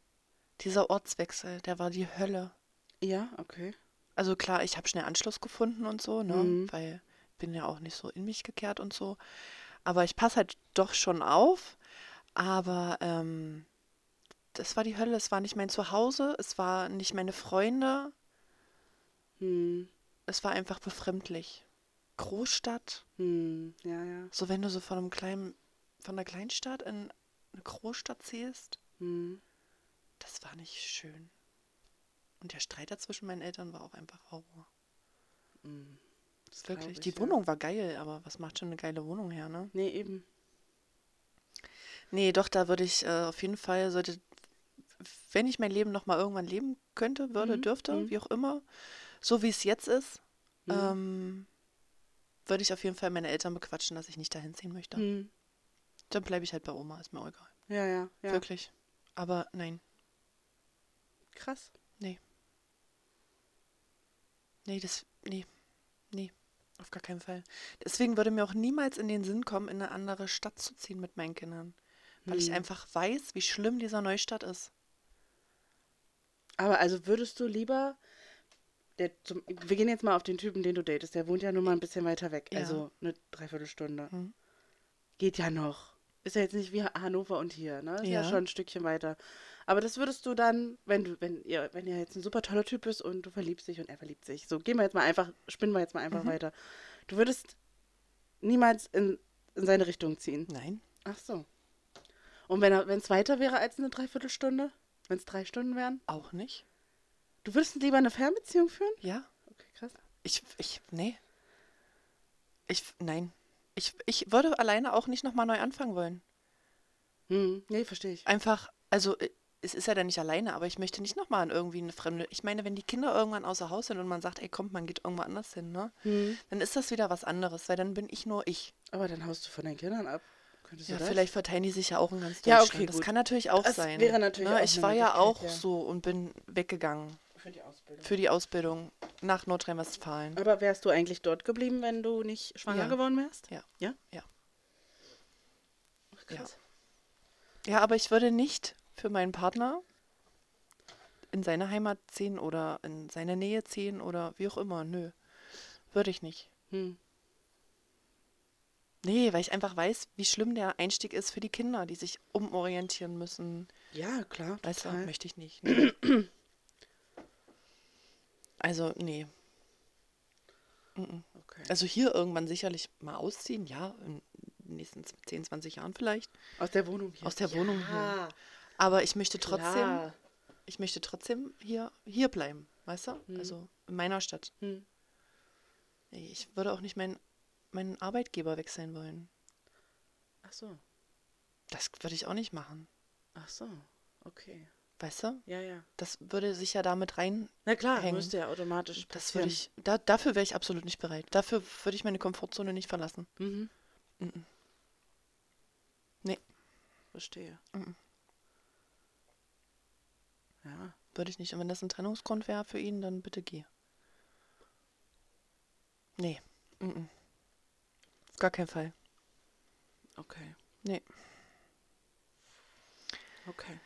S2: dieser Ortswechsel, der war die Hölle.
S1: Ja, okay.
S2: Also klar, ich habe schnell Anschluss gefunden und so, ne?
S1: Mhm.
S2: Weil ich bin ja auch nicht so in mich gekehrt und so. Aber ich passe halt doch schon auf. Aber ähm, das war die Hölle. Es war nicht mein Zuhause, es war nicht meine Freunde.
S1: Hm.
S2: Es war einfach befremdlich. Großstadt.
S1: Hm. Ja, ja.
S2: So wenn du so von einem kleinen, von einer Kleinstadt in eine Großstadt ziehst,
S1: Hm.
S2: das war nicht schön. Und der Streit da zwischen meinen Eltern war auch einfach Horror.
S1: Hm. Das glaub
S2: Wirklich.
S1: ich,
S2: Die
S1: ja.
S2: Wohnung war geil, aber was macht schon eine geile Wohnung her, ne?
S1: Nee, eben.
S2: Nee, doch, da würde ich äh, auf jeden Fall, sollte, wenn ich mein Leben nochmal irgendwann leben könnte, würde,
S1: Mhm,
S2: dürfte,
S1: mhm.
S2: wie auch immer, so wie es jetzt ist,
S1: Mhm.
S2: ähm, würde ich auf jeden Fall meine Eltern bequatschen, dass ich nicht dahin ziehen möchte.
S1: Hm.
S2: Dann bleibe ich halt bei Oma, ist mir auch egal.
S1: Ja, ja, ja.
S2: Wirklich. Aber nein,
S1: Krass.
S2: nee, das, nee, nee, auf gar keinen Fall. Deswegen würde mir auch niemals in den Sinn kommen, in eine andere Stadt zu ziehen mit meinen Kindern. Weil ich
S1: Hm.
S2: einfach weiß, wie schlimm dieser Neustart ist.
S1: Aber also würdest du lieber, der zum, wir gehen jetzt mal auf den Typen, den du datest, der wohnt ja nun mal ein bisschen weiter weg,
S2: Ja.
S1: also eine Dreiviertelstunde.
S2: Mhm.
S1: Geht ja noch. Ist ja jetzt nicht wie Hannover und hier, ne? Ist ja,
S2: Ja.
S1: schon ein Stückchen weiter. Aber das würdest du dann, wenn du, wenn ihr, wenn ihr jetzt ein super toller Typ ist und du verliebst dich und er verliebt sich. So, gehen wir jetzt mal einfach, spinnen wir jetzt mal einfach
S2: Mhm.
S1: weiter. Du würdest niemals in, in seine Richtung ziehen.
S2: Nein.
S1: Ach so. Und wenn es weiter wäre als eine Dreiviertelstunde? Wenn es drei Stunden wären?
S2: Auch nicht?
S1: Du würdest lieber eine Fernbeziehung führen?
S2: Ja.
S1: Okay, krass.
S2: Ich, ich, nee. Ich, nein. Ich, ich würde alleine auch nicht nochmal neu anfangen wollen.
S1: Hm. Nee, verstehe ich.
S2: Einfach, also äh, es ist ja dann nicht alleine, aber ich möchte nicht nochmal an irgendwie eine fremde. Ich meine, wenn die Kinder irgendwann außer Haus sind und man sagt, ey, kommt, man geht irgendwo anders hin, ne?
S1: Hm.
S2: Dann ist das wieder was anderes, weil dann bin ich nur ich.
S1: Aber dann haust du von deinen Kindern ab. Könntest
S2: Ja,
S1: du das?
S2: vielleicht verteilen die sich ja auch in ganz
S1: Ja,
S2: Deutschland.
S1: okay,
S2: das
S1: gut.
S2: kann natürlich auch
S1: Das
S2: sein.
S1: wäre natürlich
S2: ne?
S1: auch
S2: Ich
S1: eine
S2: war ja auch
S1: Möglichkeit, ja.
S2: so und bin weggegangen
S1: Für die Ausbildung.
S2: für die Ausbildung nach Nordrhein-Westfalen.
S1: Aber wärst du eigentlich dort geblieben, wenn du nicht schwanger
S2: Ja.
S1: geworden wärst?
S2: Ja.
S1: Ja?
S2: Ja.
S1: Ach, krass.
S2: Ja, aber ich würde nicht für meinen Partner in seine Heimat ziehen oder in seine Nähe ziehen oder wie auch immer. Nö. Würde ich nicht.
S1: Hm.
S2: Nee, weil ich einfach weiß, wie schlimm der Einstieg ist für die Kinder, die sich umorientieren müssen.
S1: Ja, klar.
S2: Weißt du,
S1: total.
S2: möchte ich nicht. Nee. Also, nee. Mhm.
S1: Okay.
S2: Also hier irgendwann sicherlich mal ausziehen, ja, in den nächsten 10, 20 Jahren vielleicht.
S1: Aus der Wohnung hier.
S2: Also Aus der
S1: ja,
S2: Wohnung hier. Aber ich möchte trotzdem
S1: Klar.
S2: ich möchte trotzdem hier, hier bleiben, weißt du? Also in meiner Stadt.
S1: Hm.
S2: Ich würde auch nicht meinen, meinen Arbeitgeber wechseln wollen.
S1: Ach so.
S2: Das würde ich auch nicht machen,
S1: Ach so. Okay.
S2: weißt du?
S1: Ja, ja.
S2: Das würde sich ja damit rein.
S1: Na klar,
S2: Hängen.
S1: müsste ja automatisch
S2: Das würde
S1: passieren.
S2: ich, da, dafür wäre ich absolut nicht bereit. Dafür würde ich meine Komfortzone nicht verlassen.
S1: Mhm.
S2: Mhm. Nee.
S1: Verstehe.
S2: Mhm.
S1: Ja.
S2: Würde ich nicht. Und wenn das ein Trennungsgrund wäre für ihn, dann bitte geh. Nee. Mhm. Auf gar keinen Fall.
S1: Okay.
S2: Nee.
S1: Okay.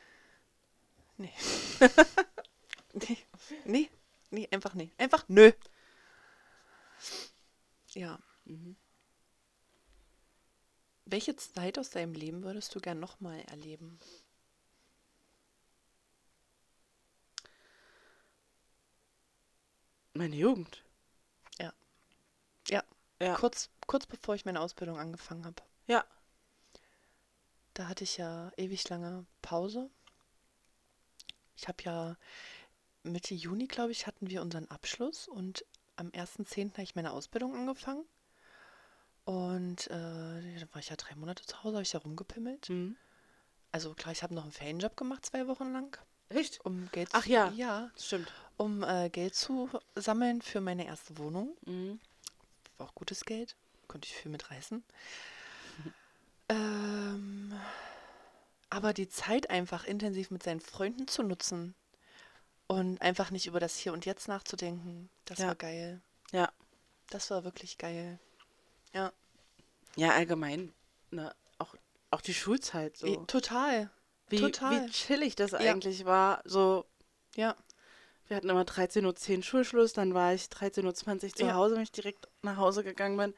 S2: Nee. Nee. Nee, einfach nee. Einfach nö. Ja.
S1: Mhm.
S2: Welche Zeit aus deinem Leben würdest du gern nochmal erleben?
S1: Meine Jugend.
S2: Ja.
S1: Ja.
S2: Kurz, kurz bevor ich meine Ausbildung angefangen habe.
S1: Ja.
S2: Da hatte ich ja ewig lange Pause. Ich habe ja Mitte Juni, glaube ich, hatten wir unseren Abschluss und am 1.10. habe ich meine Ausbildung angefangen. Und äh, ja, dann war ich ja drei Monate zu Hause, habe ich ja rumgepimmelt.
S1: Mhm.
S2: Also klar, ich habe noch einen Ferienjob gemacht, zwei Wochen lang,
S1: Echt?
S2: um Geld
S1: Ach ja.
S2: ja,
S1: Stimmt.
S2: um äh, Geld zu sammeln für meine erste Wohnung.
S1: Mhm.
S2: War auch gutes Geld. Konnte ich viel mitreißen.
S1: Mhm.
S2: ähm, aber die Zeit einfach intensiv mit seinen Freunden zu nutzen und einfach nicht über das Hier und Jetzt nachzudenken, das
S1: Ja.
S2: war geil.
S1: Ja.
S2: Das war wirklich geil. Ja,
S1: Ja, allgemein. Ne? Auch, auch die Schulzeit
S2: eh,
S1: so.
S2: total.
S1: Wie,
S2: total.
S1: wie chillig das eigentlich war. So,
S2: Ja,
S1: wir hatten immer 13.10 Uhr Schulschluss, dann war ich 13.20 Uhr zu
S2: Ja.
S1: Hause, wenn ich direkt nach Hause gegangen bin.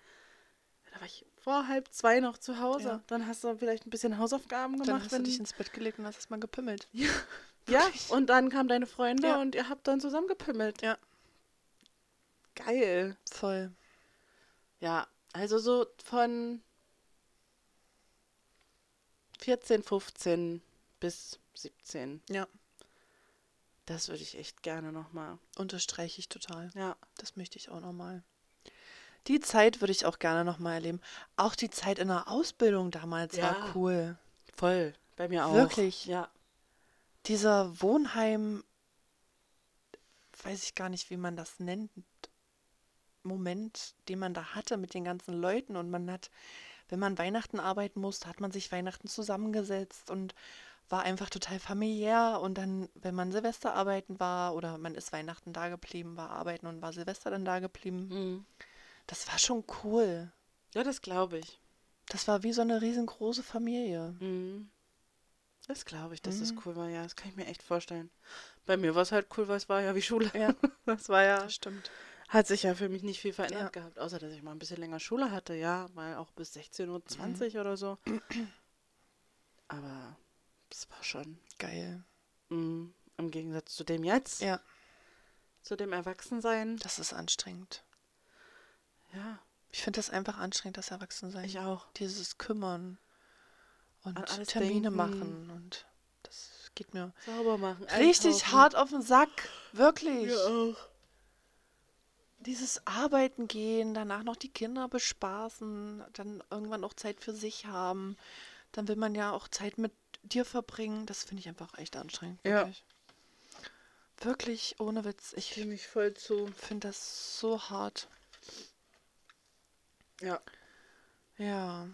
S1: Da war ich vor halb zwei noch zu Hause.
S2: Ja.
S1: Dann hast du vielleicht ein bisschen Hausaufgaben gemacht.
S2: dann hast du
S1: wenn-
S2: dich ins Bett gelegt und hast erstmal gepimmelt.
S1: Ja, und dann kamen deine Freunde
S2: Ja.
S1: und ihr habt dann zusammen gepimmelt.
S2: Ja.
S1: Geil.
S2: Voll.
S1: Ja, also so von 14, 15 bis 17.
S2: Ja,
S1: Das würde ich echt gerne nochmal.
S2: unterstreiche ich total.
S1: Ja.
S2: Das möchte ich auch nochmal. Die Zeit würde ich auch gerne nochmal erleben. Auch die Zeit in der Ausbildung damals
S1: Ja.
S2: war cool.
S1: Voll. Bei mir auch.
S2: Wirklich?
S1: Ja.
S2: Dieser Wohnheim, weiß ich gar nicht, wie man das nennt, Moment, den man da hatte mit den ganzen Leuten. Und man hat, wenn man Weihnachten arbeiten musste, hat man sich Weihnachten zusammengesetzt und war einfach total familiär. Und dann, wenn man Silvester arbeiten war oder man ist Weihnachten da geblieben, war arbeiten und war Silvester dann da geblieben,
S1: Mhm.
S2: das war schon cool.
S1: Ja, das glaube ich.
S2: Das war wie so eine riesengroße Familie.
S1: Mhm. Das glaube ich, dass
S2: Mhm.
S1: das cool war. Ja, das kann ich mir echt vorstellen. Bei mir war es halt cool, weil es war ja wie Schule.
S2: Ja.
S1: Das war ja
S2: stimmt.
S1: Hat sich ja für mich nicht viel verändert
S2: Ja.
S1: gehabt, außer dass ich mal ein bisschen länger Schule hatte, ja, mal auch bis 16.20 Uhr oder so. Aber es war schon
S2: Geil.
S1: mm, im Gegensatz zu dem jetzt,
S2: Ja,
S1: zu dem Erwachsensein.
S2: das ist anstrengend.
S1: Ja,
S2: Ich finde das einfach anstrengend, das Erwachsensein.
S1: ich auch.
S2: Dieses Kümmern und
S1: An alles
S2: Termine
S1: denken.
S2: machen und das geht mir
S1: Sauber machen.
S2: richtig
S1: einkaufen.
S2: hart auf den Sack. Wirklich.
S1: Mir auch.
S2: Dieses Arbeiten gehen, danach noch die Kinder bespaßen, dann irgendwann auch Zeit für sich haben. Dann will man ja auch Zeit mit dir verbringen. Das finde ich einfach echt anstrengend.
S1: Ja.
S2: Wirklich. Wirklich, ohne Witz. Ich
S1: Stimme ich voll zu.
S2: finde das so hart.
S1: Ja.
S2: Ja.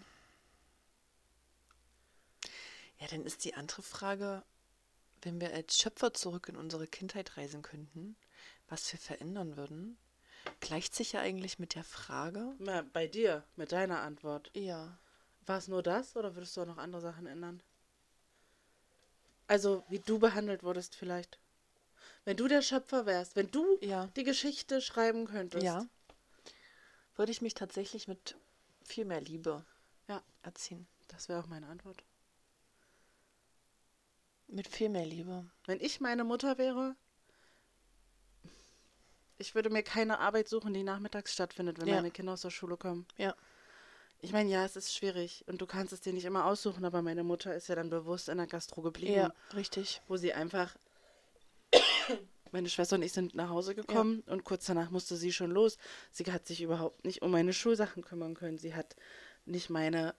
S2: Ja, dann ist die andere Frage, wenn wir als Schöpfer zurück in unsere Kindheit reisen könnten, was wir verändern würden, gleicht sich ja eigentlich mit der Frage.
S1: Na, bei dir, mit deiner Antwort.
S2: Ja.
S1: War es nur das oder würdest du auch noch andere Sachen ändern? Also, wie du behandelt wurdest vielleicht. Wenn du der Schöpfer wärst, wenn du
S2: Ja.
S1: die Geschichte schreiben könntest.
S2: Ja. Würde ich mich tatsächlich mit viel mehr Liebe
S1: Ja.
S2: erziehen.
S1: Das wäre auch meine Antwort.
S2: Mit viel mehr Liebe.
S1: Wenn ich meine Mutter wäre, ich würde mir keine Arbeit suchen, die nachmittags stattfindet, wenn
S2: Ja.
S1: meine Kinder aus der Schule kommen.
S2: Ja.
S1: Ich meine, ja, es ist schwierig und du kannst es dir nicht immer aussuchen, aber meine Mutter ist ja dann bewusst in der Gastro geblieben.
S2: Ja, richtig.
S1: wo sie einfach. Meine Schwester und ich sind nach Hause gekommen und kurz danach musste sie schon los. Sie hat sich überhaupt nicht um meine Schulsachen kümmern können. Sie hat nicht meine.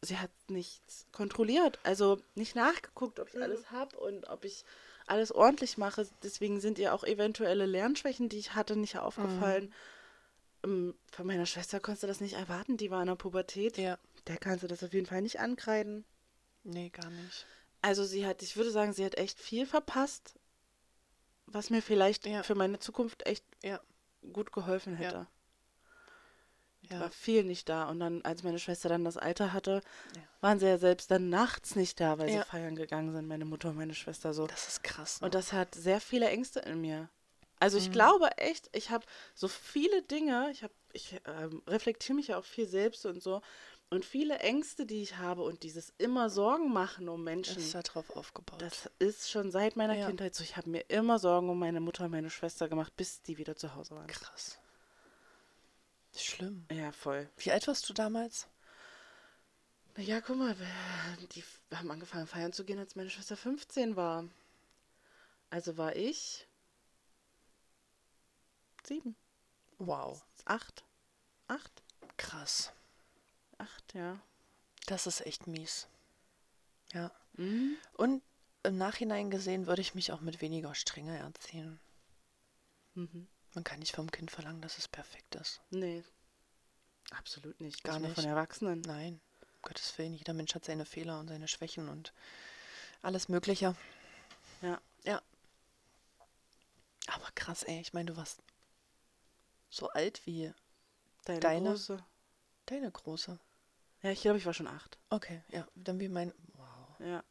S1: Sie hat nichts kontrolliert. Also nicht nachgeguckt, ob ich alles habe und ob ich alles ordentlich mache. Deswegen sind ihr auch eventuelle Lernschwächen, die ich hatte, nicht aufgefallen. Ähm, Von meiner Schwester konntest du das nicht erwarten. Die war in der Pubertät.
S2: Ja.
S1: Der kannst du das auf jeden Fall nicht ankreiden.
S2: Nee, gar nicht.
S1: Also sie hat, ich würde sagen, sie hat echt viel verpasst, was mir vielleicht
S2: Ja.
S1: für meine Zukunft echt
S2: Ja.
S1: gut geholfen
S2: Ja.
S1: hätte. Ich
S2: Ja.
S1: war viel nicht da. Und dann, als meine Schwester dann das Alter hatte,
S2: Ja.
S1: waren sie ja selbst dann nachts nicht da, weil
S2: Ja.
S1: sie feiern gegangen sind, meine Mutter und meine Schwester so.
S2: Das ist krass.
S1: Und
S2: ne?
S1: das hat sehr viele Ängste in mir. Also
S2: Mhm.
S1: ich glaube echt, ich habe so viele Dinge, ich habe, ich ähm, reflektiere mich ja auch viel selbst und so. Und viele Ängste, die ich habe und dieses immer Sorgen machen um
S2: das
S1: Menschen,
S2: ist da drauf aufgebaut.
S1: das ist schon seit meiner
S2: Ja.
S1: Kindheit so. Ich habe mir immer Sorgen um meine Mutter und meine Schwester gemacht, bis die wieder zu Hause waren.
S2: krass. Schlimm.
S1: Ja, voll.
S2: Wie alt warst du damals?
S1: Ja, guck mal, wir- die f- haben angefangen feiern zu gehen, als meine Schwester 15 war. Also war ich sieben,
S2: Wow.
S1: acht, acht,
S2: Krass.
S1: acht, ja.
S2: Das ist echt mies. Ja.
S1: Mhm.
S2: Und im Nachhinein gesehen würde ich mich auch mit weniger Strenge erziehen.
S1: Mhm.
S2: Man kann nicht vom Kind verlangen, dass es perfekt ist.
S1: Nee, absolut nicht.
S2: Gar
S1: Gar nicht.
S2: nicht.
S1: Von Erwachsenen.
S2: Nein, um Gottes Willen, jeder Mensch hat seine Fehler und seine Schwächen und alles Mögliche.
S1: Ja.
S2: Ja. Aber krass, ey, ich meine, du warst so alt wie
S1: Deine,
S2: Deine?
S1: große.
S2: deine Große.
S1: Ja, ich glaube, ich war schon acht.
S2: Okay, ja, dann wie mein. Wow.
S1: Ja.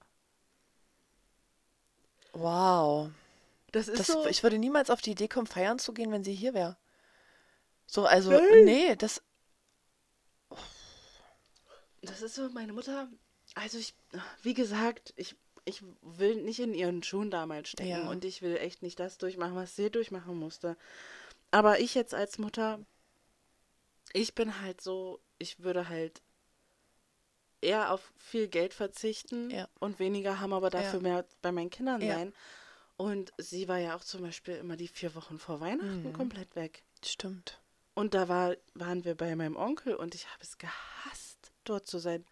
S2: Wow.
S1: Das ist
S2: Das,
S1: so.
S2: Ich würde niemals auf die Idee kommen, feiern zu gehen, wenn sie hier wäre. So, also,
S1: Nein.
S2: nee, das.
S1: Das ist so, meine Mutter, also ich, wie gesagt, ich, ich will nicht in ihren Schuhen damals stecken
S2: Ja.
S1: und ich will echt nicht das durchmachen, was sie durchmachen musste. Aber ich jetzt als Mutter, ich bin halt so, ich würde halt eher auf viel Geld verzichten
S2: Ja.
S1: und weniger haben, aber dafür mehr bei meinen Kindern
S2: Ja.
S1: sein. Und sie war ja auch zum Beispiel immer die vier Wochen vor Weihnachten
S2: Mhm.
S1: komplett weg.
S2: Stimmt.
S1: Und da war, waren wir bei meinem Onkel und ich habe es gehasst, dort zu sein.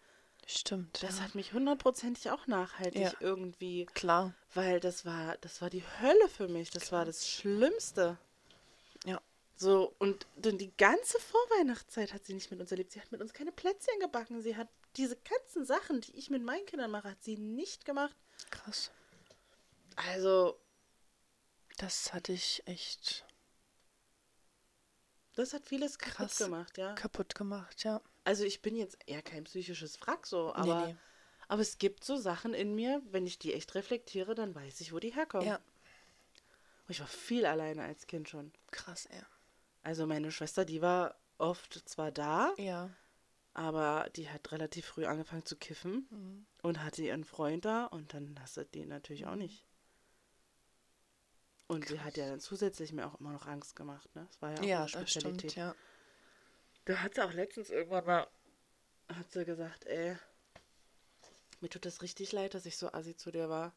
S2: Stimmt.
S1: Das
S2: ja.
S1: hat mich hundertprozentig auch nachhaltig
S2: Ja.
S1: irgendwie,
S2: Klar.
S1: weil das war, das war die Hölle für mich. Das war das Schlimmste.
S2: Ja.
S1: So, und dann die ganze Vorweihnachtszeit hat sie nicht mit uns erlebt. Sie hat mit uns keine Plätzchen gebacken. Sie hat diese ganzen Sachen, die ich mit meinen Kindern mache, hat sie nicht gemacht.
S2: Krass.
S1: Also,
S2: Das hatte ich echt
S1: das hat vieles kaputt
S2: Krass.
S1: gemacht, ja.
S2: kaputt gemacht, ja.
S1: Also ich bin jetzt eher kein psychisches Wrack so, aber,
S2: nee.
S1: aber es gibt so Sachen in mir, wenn ich die echt reflektiere, dann weiß ich, wo die herkommen.
S2: Ja,
S1: Und Ich war viel alleine als Kind schon.
S2: krass, ey.
S1: Also meine Schwester, die war oft zwar da,
S2: Ja.
S1: aber die hat relativ früh angefangen zu kiffen
S2: Mhm.
S1: und hatte ihren Freund da und dann hast du den natürlich auch nicht. Und sie hat ja dann zusätzlich mir auch immer noch Angst gemacht, ne? Das war ja auch
S2: Ja,
S1: eine
S2: das stimmt,
S1: Spezialität.
S2: ja.
S1: Da hat sie auch letztens irgendwann mal, hat sie gesagt, ey, mir tut das richtig leid, dass ich so assi zu dir war.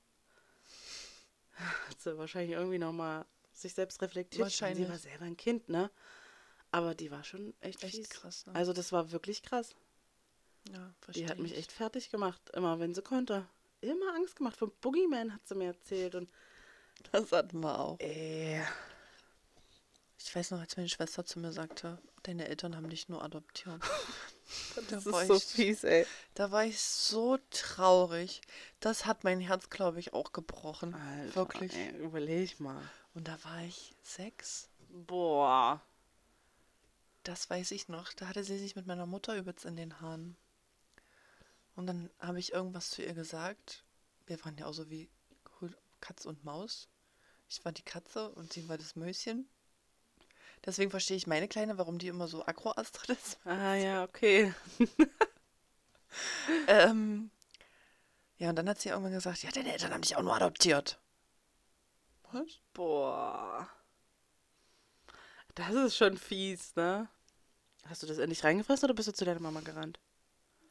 S1: Hat sie wahrscheinlich irgendwie nochmal sich selbst reflektiert. Ich meine,
S2: Wahrscheinlich.
S1: Sie war selber ein Kind, ne? Aber die war schon echt,
S2: Echt
S1: fies.
S2: krass, ne?
S1: Also das war wirklich krass.
S2: Ja,
S1: Die
S2: verstehe
S1: hat mich
S2: ich.
S1: echt fertig gemacht, immer wenn sie konnte. Immer Angst gemacht. Vom Boogeyman hat sie mir erzählt. Und
S2: Das hatten wir auch.
S1: ey,
S2: Ich weiß noch, als meine Schwester zu mir sagte, deine Eltern haben dich nur adoptiert.
S1: das
S2: war
S1: ist so
S2: ich-
S1: fies, ey.
S2: Da war ich so traurig. Das hat mein Herz, glaube ich, auch gebrochen.
S1: Alter,
S2: Wirklich.
S1: Ey, überleg mal.
S2: Und da war ich sechs.
S1: Boah.
S2: Das weiß ich noch. Da hatte sie sich mit meiner Mutter übelst in den Haaren. Und dann habe ich irgendwas zu ihr gesagt. Wir waren ja auch so wie Hu- Katz und Maus. Ich war die Katze und sie war das Möschen. Deswegen verstehe ich meine Kleine, warum die immer so agroastral ist.
S1: Ah ja, okay.
S2: Ähm, ja, und dann hat sie irgendwann gesagt, ja, deine Eltern haben dich auch nur adoptiert. Was?
S1: Boah. Das ist schon fies, ne? Hast du das endlich reingefressen oder bist du zu deiner Mama gerannt?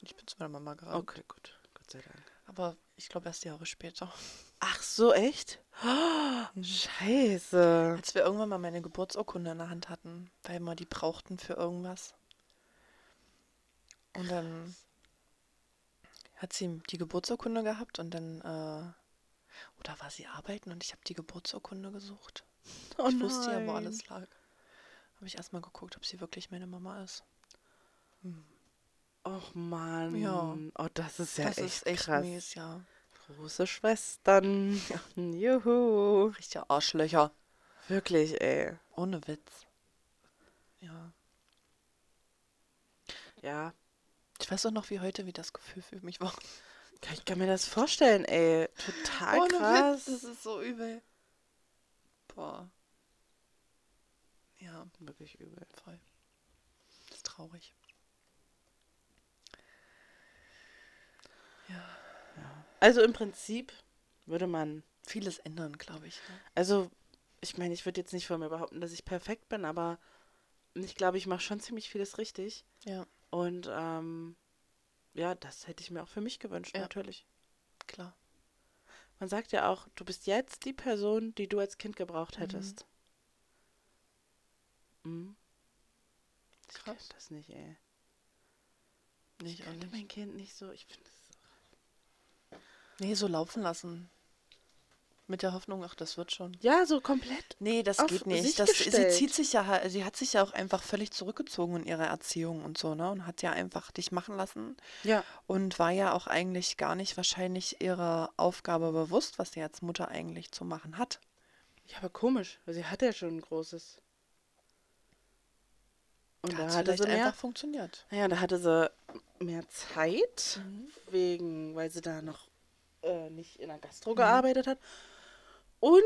S2: Ich bin zu meiner Mama gerade.
S1: Okay, gut. Gott sei Dank.
S2: Aber ich glaube erst Jahre später.
S1: Ach so, echt? Oh, scheiße.
S2: Als wir irgendwann mal meine Geburtsurkunde in der Hand hatten, weil wir die brauchten für irgendwas. Und dann hat sie die Geburtsurkunde gehabt und dann, äh, oder war sie arbeiten und ich habe die Geburtsurkunde gesucht.
S1: Oh,
S2: ich wusste ja, wo
S1: nein.
S2: alles lag. Habe ich erstmal geguckt, ob sie wirklich meine Mama ist.
S1: Och Mann.
S2: Ja.
S1: Oh, das ist ja
S2: das
S1: echt,
S2: ist echt
S1: krass.
S2: mies, ja.
S1: Große Schwestern. Juhu.
S2: Richtige Arschlöcher.
S1: Wirklich, ey.
S2: Ohne Witz. Ja.
S1: Ja.
S2: Ich weiß auch noch wie heute, wie das Gefühl für mich war.
S1: Kann- Ich kann mir das vorstellen, ey. Total krass.
S2: das ist so übel. Boah. Ja,
S1: Wirklich übel.
S2: voll. Das ist traurig. Ja,
S1: Also im Prinzip würde man.
S2: vieles ändern, glaube ich. Ne?
S1: Also, ich meine, ich würde jetzt nicht von mir behaupten, dass ich perfekt bin, aber ich glaube, ich mache schon ziemlich vieles richtig.
S2: Ja,
S1: Und ähm, ja, das hätte ich mir auch für mich gewünscht,
S2: Ja.
S1: natürlich.
S2: klar.
S1: Man sagt ja auch, du bist jetzt die Person, die du als Kind gebraucht
S2: Mhm.
S1: hättest. Mhm. Ich kann
S2: Krass.
S1: das nicht, ey.
S2: Nee,
S1: Ich
S2: ich auch
S1: könnte
S2: nicht.
S1: mein Kind nicht so. Ich finde das.
S2: Nee, so laufen lassen. Mit der Hoffnung, ach, das wird schon.
S1: Ja, so komplett.
S2: Nee, das
S1: Auf
S2: geht
S1: sich
S2: nicht. Das, sie
S1: gestellt.
S2: zieht sich ja, ha- sie hat sich ja auch einfach völlig zurückgezogen in ihrer Erziehung und so, ne? Und hat ja einfach dich machen lassen
S1: Ja.
S2: und war ja auch eigentlich gar nicht wahrscheinlich ihrer Aufgabe bewusst, was sie als Mutter eigentlich zu machen hat.
S1: Ja, aber komisch. weil Sie hatte ja schon ein großes. Und da
S2: Hat's
S1: hatte sie
S2: vielleicht
S1: mehr.
S2: einfach funktioniert.
S1: Naja, da hatte sie mehr Zeit,
S2: Mhm.
S1: wegen, weil sie da noch äh, nicht in der
S2: Mhm.
S1: Gastro gearbeitet hat. Und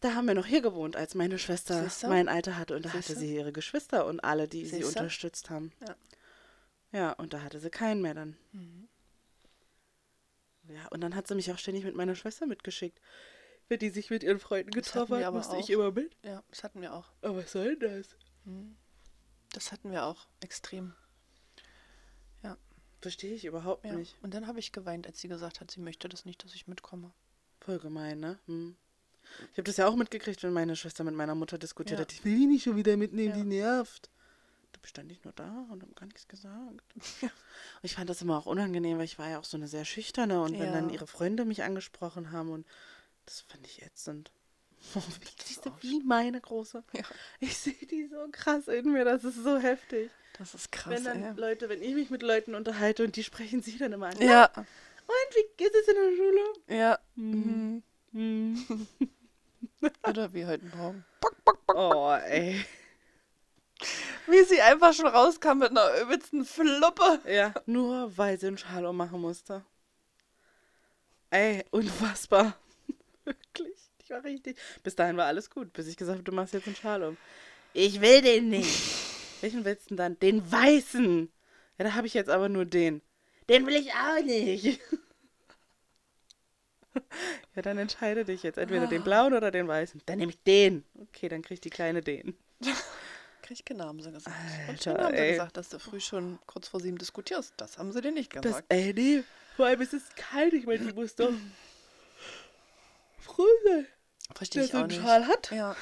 S1: da haben wir noch hier gewohnt, als meine Schwester
S2: Siehste?
S1: mein Alter hatte. Und da
S2: Siehste?
S1: hatte sie ihre Geschwister und alle, die sie
S2: Siehste?
S1: unterstützt haben.
S2: Ja. Mhm.
S1: Ja, und da hatte sie keinen mehr dann. Ja, und dann hat sie mich auch ständig mit meiner Schwester mitgeschickt. Wenn die sich mit ihren Freunden
S2: Das hatten
S1: getroffen hat,
S2: wir aber
S1: musste ich
S2: auch.
S1: immer mit.
S2: Ja, das hatten wir auch.
S1: Aber was soll denn das?
S2: Das hatten wir auch extrem.
S1: Verstehe ich überhaupt
S2: Ja.
S1: nicht.
S2: Und dann habe ich geweint, als sie gesagt hat, sie möchte das nicht, dass ich mitkomme.
S1: Voll gemein, ne? Hm. Ich habe das ja auch mitgekriegt, wenn meine Schwester mit meiner Mutter diskutiert
S2: Ja.
S1: hat. Ich will die nicht schon wieder mitnehmen,
S2: Ja.
S1: die nervt. Da bestand ich nur da und habe gar nichts gesagt. Und ich fand das immer auch unangenehm, weil ich war ja auch so eine sehr schüchterne und wenn
S2: Ja.
S1: dann ihre Freunde mich angesprochen haben und das fand ich ätzend. Siehst du,
S2: auch
S1: wie meine große.
S2: Ja.
S1: Ich sehe die so krass in mir, das ist so heftig.
S2: Das ist krass,
S1: Wenn dann
S2: ey.
S1: Leute, wenn ich mich mit Leuten unterhalte und die sprechen sie dann immer an.
S2: Ja,
S1: Und wie ist es in der Schule?
S2: ja.
S1: Mhm.
S2: Mhm. Oder wie heute Morgen.
S1: Oh, ey.
S2: Wie sie einfach schon rauskam mit einer übelsten Fluppe.
S1: Ja, nur weil sie einen Schal ummachen musste. Ey, unfassbar. Wirklich. Ich war richtig. Bis dahin war alles gut, bis ich gesagt habe, du machst jetzt einen Schal um. Ich will den nicht. Welchen willst du denn dann? Den weißen. Ja, da habe ich jetzt aber nur den. Den will ich auch nicht. Ja, dann entscheide dich jetzt. Entweder den blauen oder den weißen. Dann nehme ich den. Okay, dann kriegt die Kleine den.
S2: Krieg genau, haben sie gesagt. und
S1: Alter,
S2: schon haben sie
S1: ey.
S2: gesagt, dass du früh schon kurz vor sieben diskutierst. Das haben sie dir nicht
S1: Das,
S2: gesagt.
S1: ey, nee. Vor allem ist es kalt. Ich meine, die muss doch froh sein,
S2: Verstehe
S1: dass
S2: ich
S1: sie
S2: auch
S1: einen
S2: nicht.
S1: Schal hat.
S2: Ja.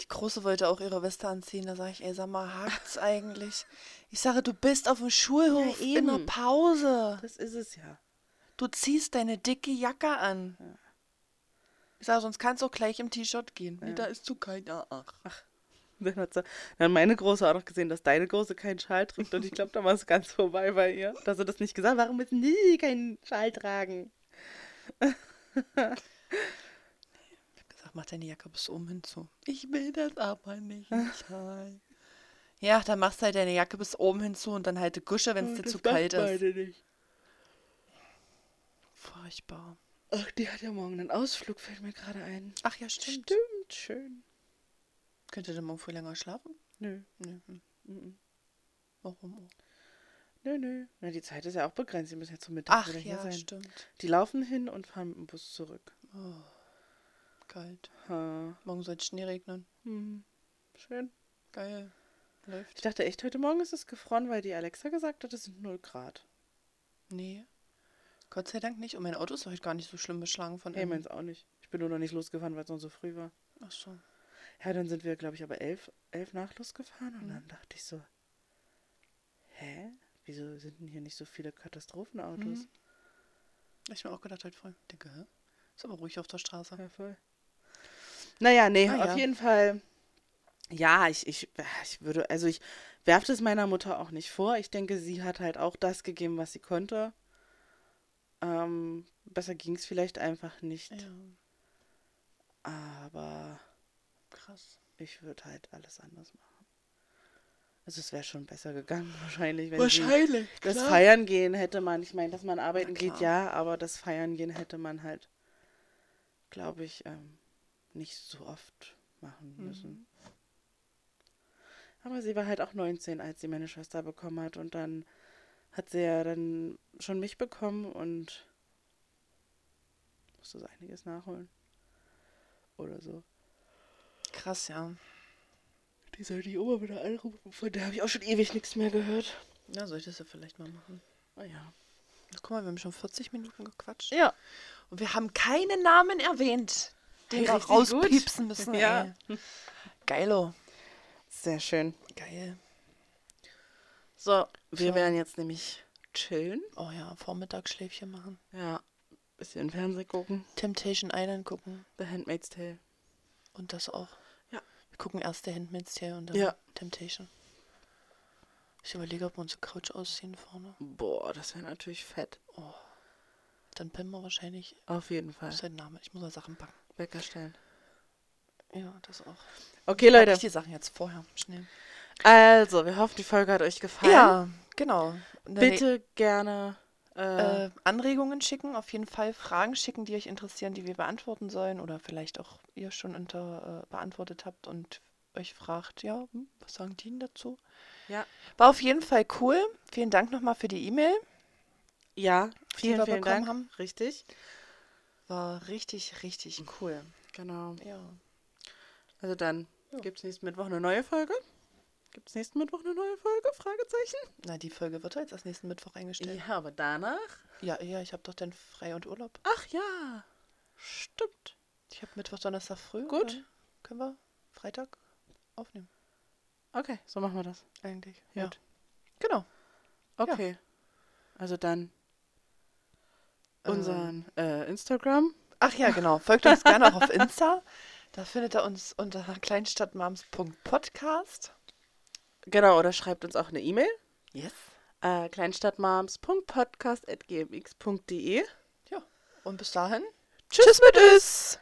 S2: Die Große wollte auch ihre Weste anziehen. Da sage ich, ey, sag mal, hakt's eigentlich? Ich sage, du bist auf dem Schulhof
S1: Ja,
S2: in der
S1: eben.
S2: Pause.
S1: Das ist es ja.
S2: Du ziehst deine dicke Jacke an. Ich sage, sonst kannst du auch gleich im T-Shirt gehen. Nee, da ist zu kalt. Ja, ach.
S1: Dann hat, sie, dann hat meine Große auch noch gesehen, dass deine Große keinen Schal trägt. Und ich glaube, da war es ganz vorbei bei ihr. Dass sie das nicht gesagt hat. Warum müssen die keinen Schal tragen?
S2: Ich habe gesagt, mach deine Jacke bis oben hin zu. Ich will das aber nicht. Michael. ja, dann machst du halt deine Jacke bis oben hin zu und dann halt die Gusche, wenn es dir
S1: Das
S2: zu
S1: macht
S2: kalt ist.
S1: beide nicht.
S2: Furchtbar.
S1: Ach, die hat ja morgen einen Ausflug, fällt mir gerade ein.
S2: Ach ja, stimmt.
S1: schön.
S2: Könnt ihr denn morgen früh länger schlafen?
S1: Nö,
S2: Nö. hm.
S1: mhm.
S2: Warum?
S1: nö, nö. Na, die Zeit ist ja auch begrenzt. Sie müssen ja zum Mittag
S2: Ach
S1: wieder hier
S2: ja,
S1: sein.
S2: stimmt. Oh,
S1: Die laufen hin und fahren mit dem Bus zurück.
S2: Kalt.
S1: Ha.
S2: Morgen soll es Schnee regnen.
S1: Hm. Schön.
S2: Geil. Läuft.
S1: Ich dachte echt, heute Morgen ist es gefroren, weil die Alexa gesagt hat, es sind 0 Grad.
S2: Nee. Gott sei Dank nicht. Und mein Auto ist heute gar nicht so schlimm beschlagen von
S1: Hey,
S2: innen.
S1: meins auch nicht. Ich bin nur noch nicht losgefahren, weil es noch so früh war.
S2: Ach so.
S1: Ja, dann sind wir, glaube ich, aber elf, elf nach losgefahren und dann dachte ich so, hä? Wieso sind denn hier nicht so viele Katastrophenautos?
S2: Mhm. Ich hab mir auch gedacht, heute voll. Denke, hä? Ist aber ruhig auf der Straße.
S1: Ja, voll. Naja, nee,
S2: Ah,
S1: auf
S2: ja.
S1: jeden Fall. Ja, ich, ich, ich würde, also ich werfe das meiner Mutter auch nicht vor. Ich denke, sie hat halt auch das gegeben, was sie konnte. Ähm, besser ging es vielleicht einfach nicht.
S2: Ja,
S1: Aber
S2: krass.
S1: ich würde halt alles anders machen. Also es wäre schon besser gegangen wahrscheinlich, wenn sie
S2: Wahrscheinlich.
S1: das
S2: klar.
S1: Feiern gehen hätte man. Ich meine, dass man arbeiten
S2: Na
S1: geht,
S2: klar.
S1: ja, aber das Feiern gehen hätte man halt, glaube ich, ähm, nicht so oft machen müssen.
S2: Mhm.
S1: Aber sie war halt auch 19, als sie meine Schwester bekommen hat. Und dann hat sie ja dann schon mich bekommen und musste so einiges nachholen. Oder so.
S2: Krass, ja.
S1: Die soll die Oma wieder anrufen. Von der habe ich auch schon ewig nichts mehr gehört.
S2: Ja, soll ich das ja vielleicht mal machen.
S1: Ah ja.
S2: Guck mal, wir haben schon 40 Minuten gequatscht.
S1: Ja.
S2: Und wir haben keinen Namen erwähnt, den
S1: Hey,
S2: wir
S1: richtig
S2: rauspiepsen müssen.
S1: Ja.
S2: Ey. Geilo.
S1: Sehr schön.
S2: Geil.
S1: So, wir
S2: So.
S1: werden jetzt nämlich chillen.
S2: Oh ja, Vormittagsschläfchen machen.
S1: Ja. Bisschen Fernsehen gucken.
S2: Temptation Island gucken.
S1: The Handmaid's Tale.
S2: Und das auch.
S1: Ja.
S2: Wir gucken erst der Handmaid's Tale und dann
S1: Ja.
S2: Temptation. Ich überlege, ob wir unsere Couch ausziehen vorne.
S1: Boah, das wäre natürlich fett.
S2: Dann pennen wir wahrscheinlich
S1: Auf jeden Fall.
S2: sein Name. Ich muss mal Sachen packen.
S1: Wecker stellen.
S2: Ja, das auch.
S1: Okay, Leute.
S2: Ich die Sachen jetzt vorher schnell.
S1: Also, wir hoffen, die Folge hat euch gefallen.
S2: Ja, genau. Eine
S1: Bitte gerne. Äh,
S2: äh, Anregungen schicken, auf jeden Fall Fragen schicken, die euch interessieren, die wir beantworten sollen oder vielleicht auch ihr schon unter, äh, beantwortet habt und euch fragt, ja, hm, was sagen die denn dazu?
S1: ja.
S2: War auf jeden Fall cool. Vielen Dank nochmal für die E-Mail.
S1: ja, vielen,
S2: wir
S1: vielen
S2: bekommen
S1: Dank.
S2: haben.
S1: Richtig.
S2: War richtig, richtig cool.
S1: Genau.
S2: Ja.
S1: Also dann
S2: Ja.
S1: gibt es nächsten Mittwoch eine neue Folge. Gibt es nächsten Mittwoch eine neue Folge? Fragezeichen.
S2: Na, die Folge wird ja jetzt erst nächsten Mittwoch eingestellt.
S1: Ja, aber danach.
S2: Ja, ja, ich habe doch dann frei und Urlaub.
S1: Ach ja. Stimmt.
S2: Ich habe Mittwoch, Donnerstag früh.
S1: Gut.
S2: dann Können wir Freitag aufnehmen,
S1: Okay, so machen wir das.
S2: eigentlich.
S1: Ja.
S2: Gut. Genau.
S1: Okay. Also dann
S2: Ähm,
S1: unseren äh, Instagram.
S2: Ach ja, genau. Folgt uns gerne auch auf Insta. Da findet ihr uns unter kleinstadtmams.podcast.
S1: Genau, oder schreibt uns auch eine E-Mail.
S2: Yes.
S1: Äh, kleinstadtmoms.podcast.gmx.de.
S2: Ja. Und bis dahin.
S1: Tschüss mit Tschüss.